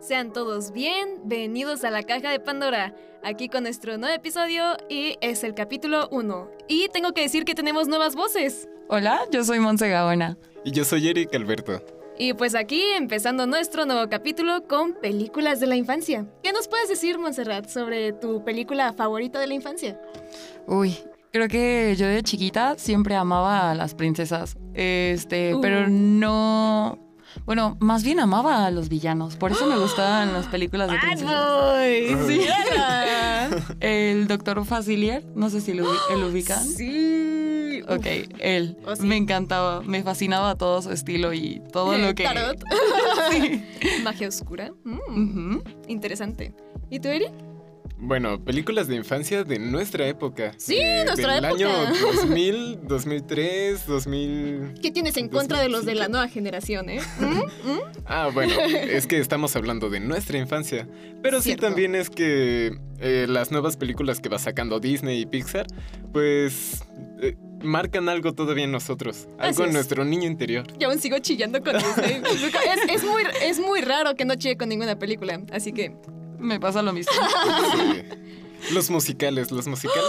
Sean todos bienvenidos a la caja de Pandora, aquí con nuestro nuevo episodio y es el capítulo 1. Y tengo que decir que tenemos nuevas voces. Hola, yo soy Monse Gaona. Y yo soy Eric Alberto. Y pues aquí empezando nuestro nuevo capítulo con películas de la infancia. ¿Qué nos puedes decir, Montserrat, sobre tu película favorita de la infancia? Uy, creo que yo de chiquita siempre amaba a las princesas. Este, Uh. pero no. Bueno, más bien amaba a los villanos. Por eso me gustaban las películas Ah, de princesas. Boys! Sí. El doctor Facilier, no sé si lo, ubi- él ubican. Sí. Ok, él. Oh, sí. Me encantaba, me fascinaba todo su estilo y todo lo que. Tarot. Sí. Magia oscura. Mm, Ujú. interesante. ¿Y tú, Eric? Bueno, películas de infancia de nuestra época. Sí, Eh, nuestra del época. año 2000, 2003, 2000... ¿Qué tienes en contra de los de la nueva generación, eh? ¿Mm? ¿Mm? Ah, bueno, es que estamos hablando de nuestra infancia. Pero sí Cierto. también es que eh, las nuevas películas que va sacando Disney y Pixar, pues eh, marcan algo todavía en nosotros, Así algo en es. nuestro niño interior. Yo aún sigo chillando con Disney. Es, es muy, es muy raro que no chille con ninguna película, así que... Me pasa lo mismo. Sí. Los musicales, los musicales.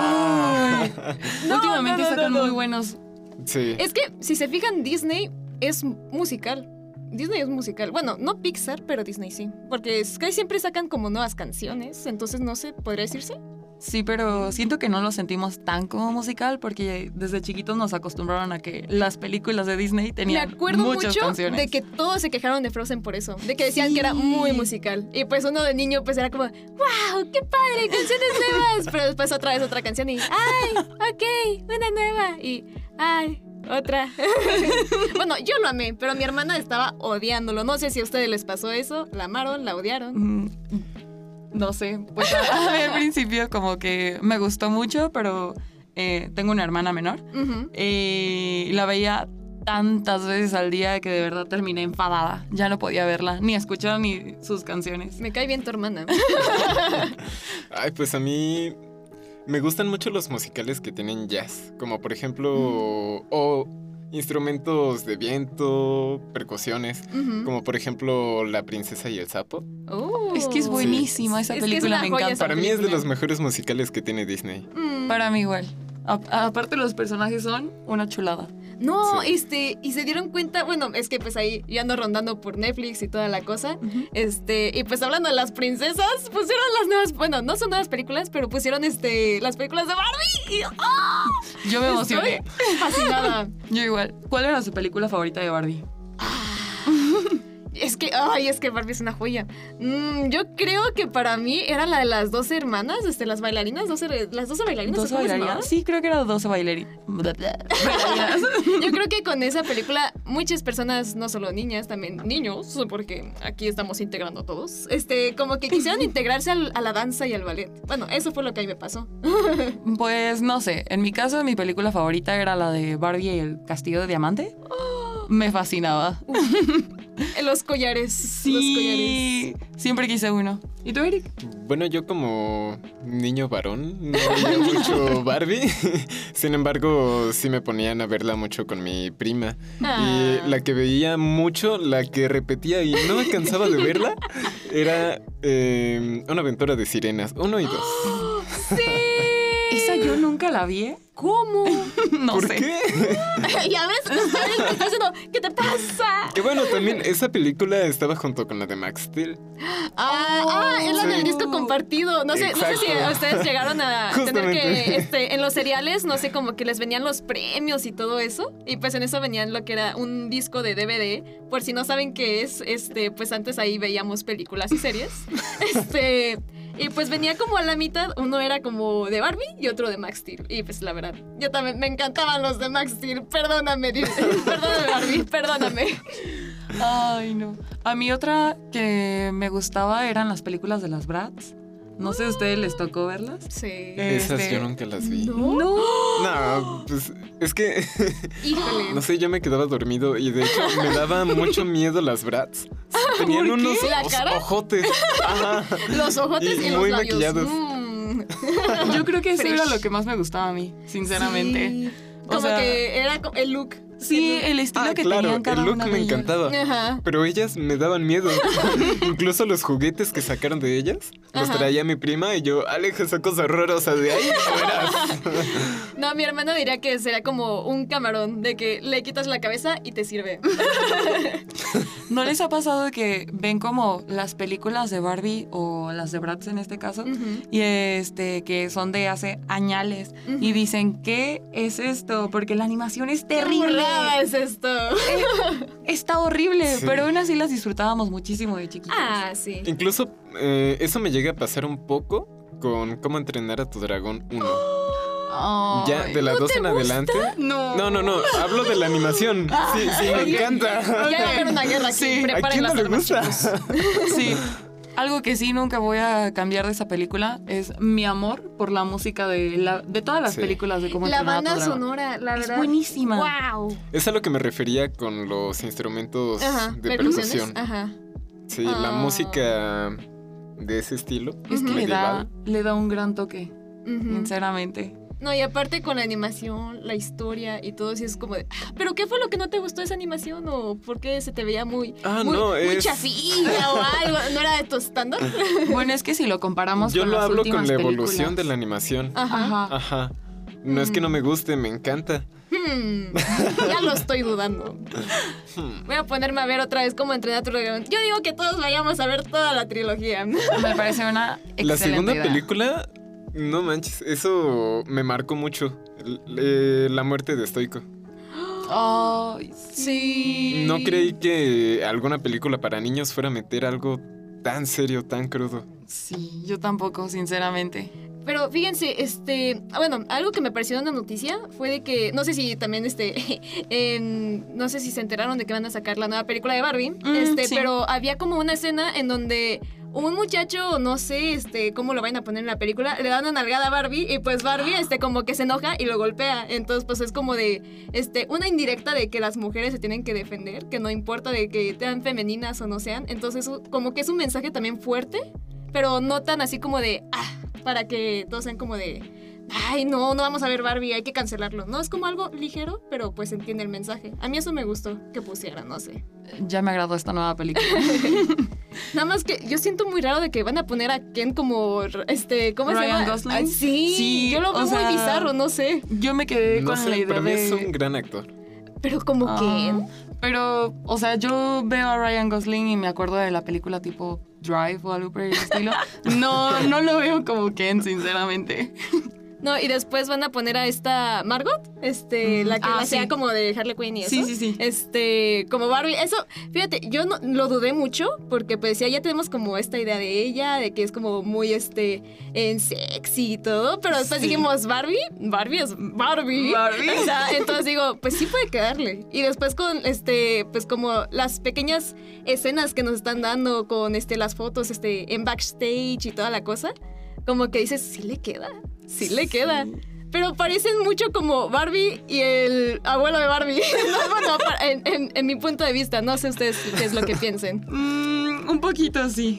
Ay. No, Últimamente no, no, sacan no, no. muy buenos. Sí. Es que, si se fijan, Disney es musical. Disney es musical. Bueno, no Pixar, pero Disney sí. Porque es que siempre sacan como nuevas canciones, entonces no sé, ¿podría decirse? Sí, pero siento que no lo sentimos tan como musical porque desde chiquitos nos acostumbraron a que las películas de Disney Me tenían acuerdo muchas mucho canciones. de que todos se quejaron de Frozen por eso. De que decían Sí. que era muy musical. Y pues uno de niño pues era como, wow, qué padre, canciones nuevas. Pero después otra vez otra canción y, ay, ok, una nueva. Y, ay, otra. bueno, yo lo amé, pero mi hermana estaba odiándolo. No sé si a ustedes les pasó eso. La amaron, la odiaron. Mm, No sé, pues a- a mí al principio como que me gustó mucho, pero eh, tengo una hermana menor Ujú. eh, y la veía tantas veces al día que de verdad terminé enfadada. Ya no podía verla, ni escuchar ni sus canciones. Me cae bien tu hermana. Ay, pues a mí me gustan mucho los musicales que tienen jazz, como por ejemplo o instrumentos de viento, percusiones, Ujú. como por ejemplo La princesa y el sapo. Oh. Es que es buenísima esa Es que es película, una me joya encanta. esa Para mí es de película. los mejores musicales que tiene Disney. Mm. Para mí igual. A- aparte los personajes son una chulada. No, Sí. este, y se dieron cuenta, bueno, es que pues ahí yo ando rondando por Netflix y toda la cosa. Este, y pues hablando de las princesas, pusieron las nuevas, bueno, no son nuevas películas, pero pusieron este las películas de Barbie. Y, ¡ah! Yo Estoy me emocioné. fascinada. Yo igual. ¿Cuál era su película favorita de Barbie? Es que, ay, es que Barbie es una joya. Mm, yo creo que para mí era la de las 12 hermanas, este, las bailarinas, 12, las 12 bailarinas. ¿o ¿Dos cómo se llamaban? bailarinas? Sí, creo que era 12 bailari- bailarinas. Yo creo que con esa película muchas personas, no solo niñas, también niños, porque aquí estamos integrando a todos, este, como que quisieron integrarse al- a la danza y al ballet. Bueno, eso fue lo que a mí me pasó. Pues no sé. En mi caso, mi película favorita era la de Barbie y el Castillo de Diamante. Me fascinaba. Eh, Los collares. Los collares. Sí. Siempre quise uno. ¿Y tú, Eric? Bueno, yo como niño varón no veía mucho Barbie. Sin embargo, sí me ponían a verla mucho con mi prima. Ah. Y la que veía mucho, la que repetía y no me cansaba de verla, era eh, una aventura de sirenas, uno y dos. Sí. Esa yo nunca la vi. ¿eh? ¿Cómo? No ¿Por sé. qué? ya ves, ustedes me están diciendo, ¿qué te pasa? Que bueno, también esa película estaba junto con la de Max Steel. Ah, ah, es la del Sí. disco compartido. No sé, no sé si Exacto. ustedes llegaron a tener que, Justamente. este, en los cereales, no sé, como que les venían los premios y todo eso. Y pues en eso venían lo que era un disco de DVD. Por si no saben qué es, este, pues antes ahí veíamos películas y series. Este. Y pues venía como a la mitad, uno era como de Barbie y otro de Max Steel. Y pues la verdad, yo también me encantaban los de Max Steel. Perdóname, Dis- perdóname Barbie, perdóname. Ay, no. A mí otra que me gustaba eran las películas de las Bratz. No sé si a ustedes les tocó verlas. Sí. Esas Este, yo nunca las vi. No, No. pues es que, Híjole. no sé, yo me quedaba dormido y de hecho me daba mucho miedo las brats. Tenían ¿Por qué? unos ¿La os- cara? ojotes. Ajá. Los ojotes y, Y los muy labios. maquillados. Mm. Yo creo que eso Fresh. era lo que más me gustaba a mí, sinceramente. Sí. O Como sea- que era co- el look. Sí, el estilo Ah, que claro, tenían cada el look una me de ellas. encantaba. Ajá. Pero ellas me daban miedo. Incluso los juguetes que sacaron de ellas los Ajá. traía mi prima y yo, Aleja esa cosa horrorosa de ahí. no verás". No, mi hermana diría que será como un camarón, de que le quitas la cabeza y te sirve. ¿No les ha pasado que ven como las películas de Barbie o las de Bratz en este caso? Ujú, Y este, que son de hace añales. ujú. Y dicen, ¿qué es esto? Porque la animación es ¡Qué terrible. burrada es esto? Está horrible. Sí. Pero aún así las disfrutábamos muchísimo de chiquitos. Ah, sí. Incluso eh, eso me llega a pasar un poco con cómo entrenar a tu dragón 1. Oh. ya de la 2 en adelante. No. No, no, no, hablo de la animación. Sí, sí, me encanta. Ya va a haber una guerra aquí. Sí. ¿A ¿A Preparen quién no las le armas, gusta? chicos. Sí. Algo que sí nunca voy a cambiar de esa película es mi amor por la música de, la- de todas las Sí. películas de cómo La entrenar a tu banda dragón. sonora, la Es verdad. buenísima. ¡Wow! Es a lo que me refería con los instrumentos Ajá, Pues, de percusiones, percusión. Ajá. Sí, la Ah. música de ese estilo. Es que le da, medieval. le da un gran toque, Ujú. sinceramente. No, y aparte con la animación, la historia y todo, sí es como de, "Ah, ¿pero qué fue lo que no te gustó de esa animación? ¿O por qué se te veía muy, Ah, muy, no, muy es- chafilla o algo? ¿No era de tu estándar? Bueno, es que si lo comparamos Yo con lo las hablo últimas con la películas. evolución Ah. de la animación. Ajá. Ajá. Ajá. No es que no me guste, me encanta. Hmm, ya lo estoy dudando. Hmm. Voy a ponerme a ver otra vez cómo entrenar a tu dragón. Yo digo que todos vayamos a ver toda la trilogía. Me parece una excelente la segunda idea. película, no manches, eso me marcó mucho. L- eh, la muerte de Stoico. Ay, sí. No creí que alguna película para niños fuera a meter algo tan serio, tan crudo. Sí, yo tampoco, sinceramente. Pero fíjense, este, ah, bueno, algo que me pareció en la noticia fue de que, no sé si también, este, en- no sé si se enteraron de que van a sacar la nueva película de Barbie, Mm, este, sí. pero había como una escena en donde un muchacho, no sé, este, cómo lo van a poner en la película, le da una nalgada a Barbie y pues Barbie, este, como que se enoja y lo golpea. Entonces, pues es como de, este, una indirecta de que las mujeres se tienen que defender, que no importa de que sean femeninas o no sean. Entonces, eso como que es un mensaje también fuerte, pero no tan así como de, ah, para que todos sean como de, ay, no, no vamos a ver Barbie, hay que cancelarlo. No, es como algo ligero, pero pues entiende el mensaje. A mí eso me gustó que pusiera, no sé. Ya me agradó esta nueva película. Nada más que yo siento muy raro de que van a poner a Ken como, este, ¿cómo se Ryan llama? Gosling. Ah, sí, Sí, yo lo veo o sea- muy bizarro, no sé. Yo me quedé No con la sé, idea para mí de... es un gran actor. Pero como Ah, Ken. Pero, o sea, yo veo a Ryan Gosling y me acuerdo de la película tipo Drive o algo por el estilo. No, no lo veo como Ken, sinceramente. No, y después van a poner a esta Margot, este, Mm, la que ah, la hacía sí. como de Harley Quinn y eso. Sí, sí, sí. Este, como Barbie, eso, fíjate, yo no, lo dudé mucho porque pues ya, ya tenemos como esta idea de ella, de que es como muy, este, en sexy y todo, pero después Sí. dijimos, Barbie, Barbie es Barbie. Barbie. O sea, entonces digo, pues sí puede quedarle. Y después con, este, pues como las pequeñas escenas que nos están dando con, este, las fotos, este, en backstage y toda la cosa, como que dices, sí le queda, sí le queda. Pero parecen mucho como Barbie y el abuelo de Barbie. No, bueno, pa- en, en- en mi punto de vista, no sé ustedes qué es lo que piensen. Mm, un poquito sí.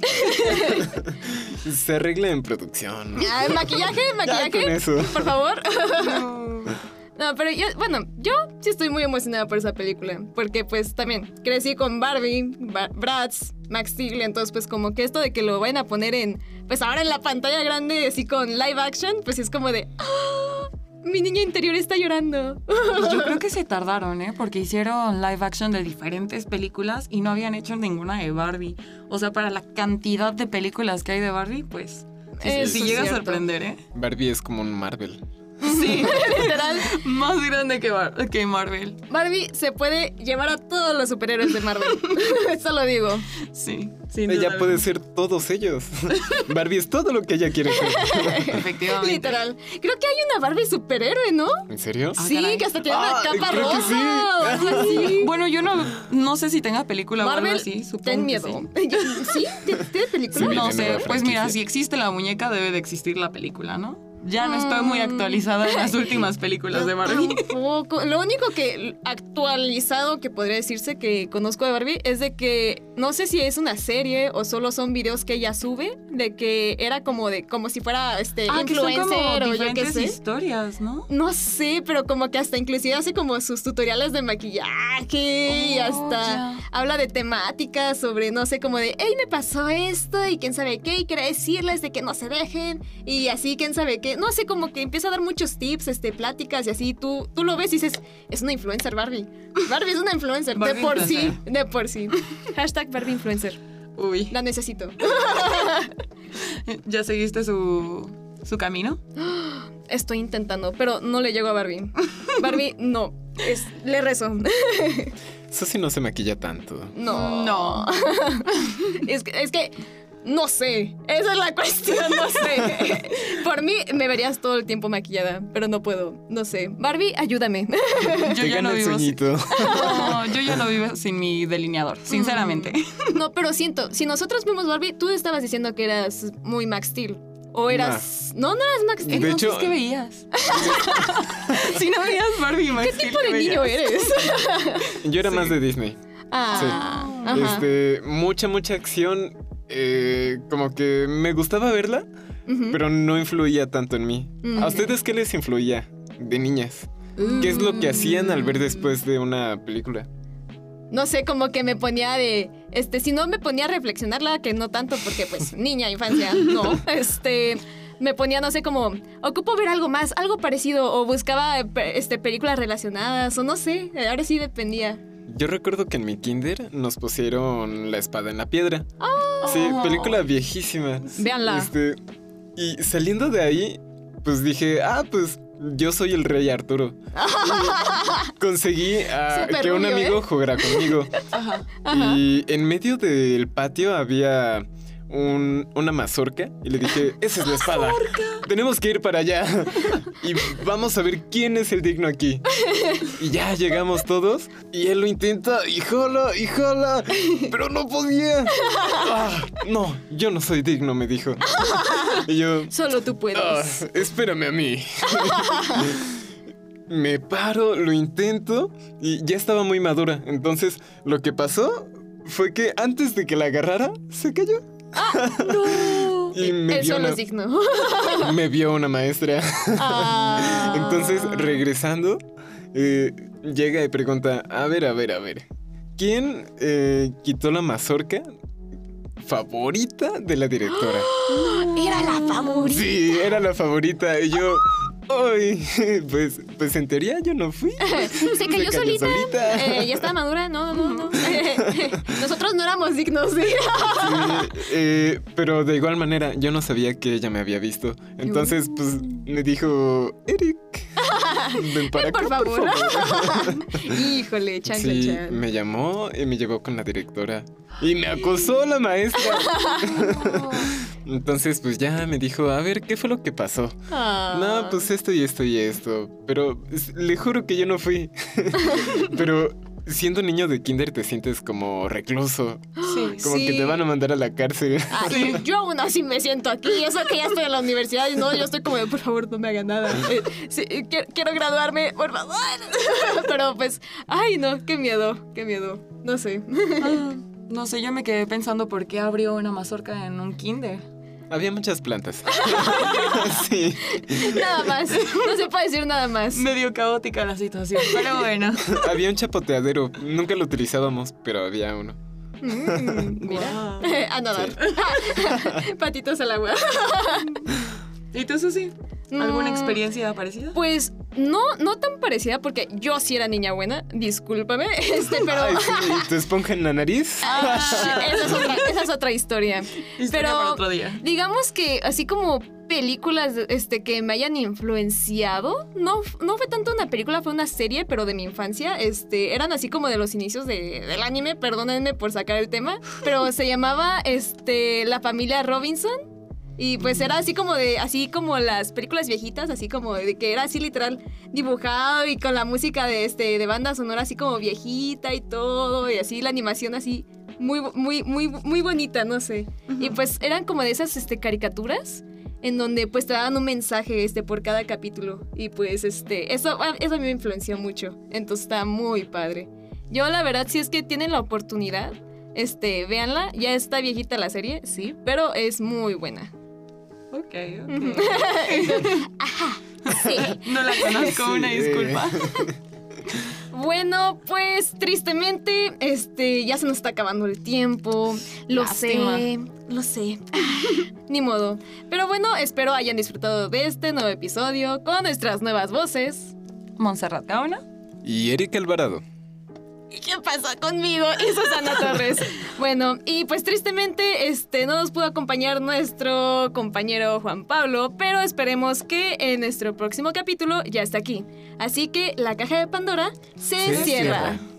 Se arregla en producción. Ah, maquillaje, Ya con maquillaje, eso. por favor. No. No, pero yo, bueno, yo sí estoy muy emocionada por esa película, porque pues también crecí con Barbie, Ba- Bratz, Max Steel, entonces pues como que esto de que lo vayan a poner en, pues ahora en la pantalla grande, así con live action, pues es como de, "Ah, mi niña interior está llorando. Pues Yo creo que se tardaron, ¿eh? Porque hicieron live action de diferentes películas y no habían hecho ninguna de Barbie. O sea, para la cantidad de películas que hay de Barbie, pues... Sí, sí, sí eso es llega a cierto. sorprender, ¿eh? Barbie es como un Marvel. Sí, Literal, más grande que, Bar- que Marvel. Barbie se puede llevar a todos los superhéroes de Marvel. Eso lo digo. Sí, sin Ella duda puede alguna. ser todos ellos. Barbie es todo lo que ella quiere ser. Efectivamente. Literal. Creo que hay una Barbie superhéroe, ¿no? ¿En serio? Ah, sí, caray. que hasta tiene una Ah, capa creo que rosa. sí. o algo así. Bueno, yo no, no sé si tenga película o Marvel, algo así, supongo. ten que miedo. sí. ¿Sí? ¿Tiene- ¿Tiene película? Sí, No viene nueva sé, pues franquicia. mira, si existe la muñeca debe de existir la película, ¿no? ya no estoy muy Mm. actualizada en las últimas películas de Barbie. Tampoco. Lo único que actualizado que podría decirse que conozco de Barbie es de que no sé si es una serie o solo son videos que ella sube de que era como de como si fuera este Ah, que son como influencer o yo qué diferentes sé. historias, ¿no? No sé, pero como que hasta inclusive hace como sus tutoriales de maquillaje y Oh, hasta ya. habla de temáticas sobre, no sé, como de, hey, me pasó esto y quién sabe qué, y quería decirles de que no se dejen y así, quién sabe qué. No sé, como que empieza a dar muchos tips, este, pláticas y así tú, tú lo ves y dices, es una influencer Barbie. Barbie es una influencer, Barbie de por sí, influencer. de por sí. Hashtag Barbie influencer, Uy. la necesito. ¿Ya seguiste su, su camino? Estoy intentando, pero no le llego a Barbie. Barbie, no. Es, le rezo. Susi no se maquilla tanto. No. No. Es que, es que no sé. Esa es la cuestión, no sé. Por mí me verías todo el tiempo maquillada, pero no puedo. No sé. Barbie, ayúdame. Yo Te ya gana no el vivo sin, sueñito. No, yo ya no vivo sin mi delineador, Mm. sinceramente. No, pero siento, si nosotros vimos Barbie, tú estabas diciendo que eras muy Max Steel. O eras. No, no eras Max Steel. De hecho- ¿qué veías? si no veías Barbie, Max ¿Qué tipo de niño eres? Yo era Sí. más de Disney. Ah, ajá. Este, mucha, mucha acción. eh, como que me gustaba verla, Ujú. pero no influía tanto en mí. Mm. ¿A ustedes qué les influía de niñas? ¿Qué es lo que hacían al ver después de una película? no sé, como que me ponía de, este, si no me ponía a reflexionarla, que no tanto, porque pues niña, infancia, no, este, me ponía, no sé, como, ocupo ver algo más, algo parecido, o buscaba, eh, pe- este, películas relacionadas, o no sé, ahora sí dependía. Yo recuerdo que en mi kinder nos pusieron La espada en la piedra. Sí, Oh. película viejísima. Ah. Véanla. Este, y saliendo de ahí, pues dije, ah, pues yo soy el rey Arturo. Conseguí ah, Súper que un rubio, amigo ¿eh? jugara conmigo. Ajá. Ajá. Y en medio del patio había un- una mazorca y le dije, esa es la espada. Tenemos que ir para allá y vamos a ver quién es el digno aquí. Y ya llegamos todos y él lo intenta y jola, y jola, pero no podía. "Ah, no, yo no soy digno, me dijo. Y yo, Solo tú "Ah, puedes. espérame a mí. Me paro, lo intento y ya estaba muy madura. Entonces, lo que pasó fue que antes de que la agarrara, se cayó. No. Ah. Y me Él dio solo una- es digno. Me vio una maestra. Ah. Entonces, regresando, eh, llega y pregunta, a ver, a ver, a ver, ¿quién eh, quitó la mazorca favorita de la directora? Era la favorita. Sí, era la favorita. Y yo, ¡ay! Pues, pues en teoría yo no fui. Se cayó solita. solita. Eh, ya está madura, no, no, no. Nosotros no éramos dignos. ¿sí? Sí, eh, pero de igual manera, yo no sabía que ella me había visto. Entonces, pues me dijo, Eric, ven para Por acá, favor. Híjole, chan, chan, Sí, chan. me llamó y me llevó con la directora. Y me acosó la maestra. Entonces, pues ya me dijo, a ver, ¿qué fue lo que pasó? Ah. No, pues esto y esto y esto. Pero es- le juro que yo no fui. Pero siendo niño de kinder te sientes como recluso. Sí. Como Sí. que te van a mandar a la cárcel. Ah, y Yo aún así me siento aquí, y eso que ya estoy en la universidad y no, yo estoy como de, por favor, no me haga nada. Eh, sí, eh, quiero, quiero graduarme, por favor. Pero pues, ay no, qué miedo, qué miedo. No sé. Ah, no sé, yo me quedé pensando por qué abrió una mazorca en un kinder. Había muchas plantas. sí. Nada más. No se puede decir nada más. Medio caótica la situación, pero bueno. Había un chapoteadero. Nunca lo utilizábamos, pero había uno. Mm, mira. Guau. A nadar. Patitos al agua. ¿Y tú, Susi? ¿Alguna Mm, experiencia parecida? Pues no, no tan parecida porque yo sí era niña buena, discúlpame, este, pero Ay, sí, ¿y tu esponja en la nariz? Ah, esa, es otra, esa es otra historia. Historia pero- para otro día. Digamos que así como películas este, que me hayan influenciado, no, no fue tanto una película, fue una serie, pero de mi infancia, este, eran así como de los inicios de- del anime, perdónenme por sacar el tema, pero se llamaba este, La familia Robinson. Y pues era así como de, así como las películas viejitas, así como de que era así literal dibujado y con la música de este de banda sonora así como viejita y todo y así la animación así muy muy muy muy bonita no sé y pues eran como de esas este caricaturas en donde pues te daban un mensaje este, por cada capítulo. Y pues este, eso, a- eso a mí me influenció mucho. Entonces está muy padre. Yo la verdad, si es que tienen la oportunidad, este, véanla. Ya está viejita la serie, sí, pero es muy buena. Ok, Ujú. ok. Sí. No la conozco, una Sí. eh. disculpa. Bueno, pues tristemente, este, ya se nos está acabando el tiempo. Lo Lástima. sé, lo sé. Ni modo. Pero bueno, espero hayan disfrutado de este nuevo episodio con nuestras nuevas voces. Montserrat Gaona. Y Eric Alvarado. ¿Y qué pasa conmigo? Y Susana Torres. Bueno, y pues tristemente, este, no nos pudo acompañar nuestro compañero Juan Pablo, pero esperemos que en nuestro próximo capítulo ya esté aquí. Así que la caja de Pandora se, cierra. Se cierra.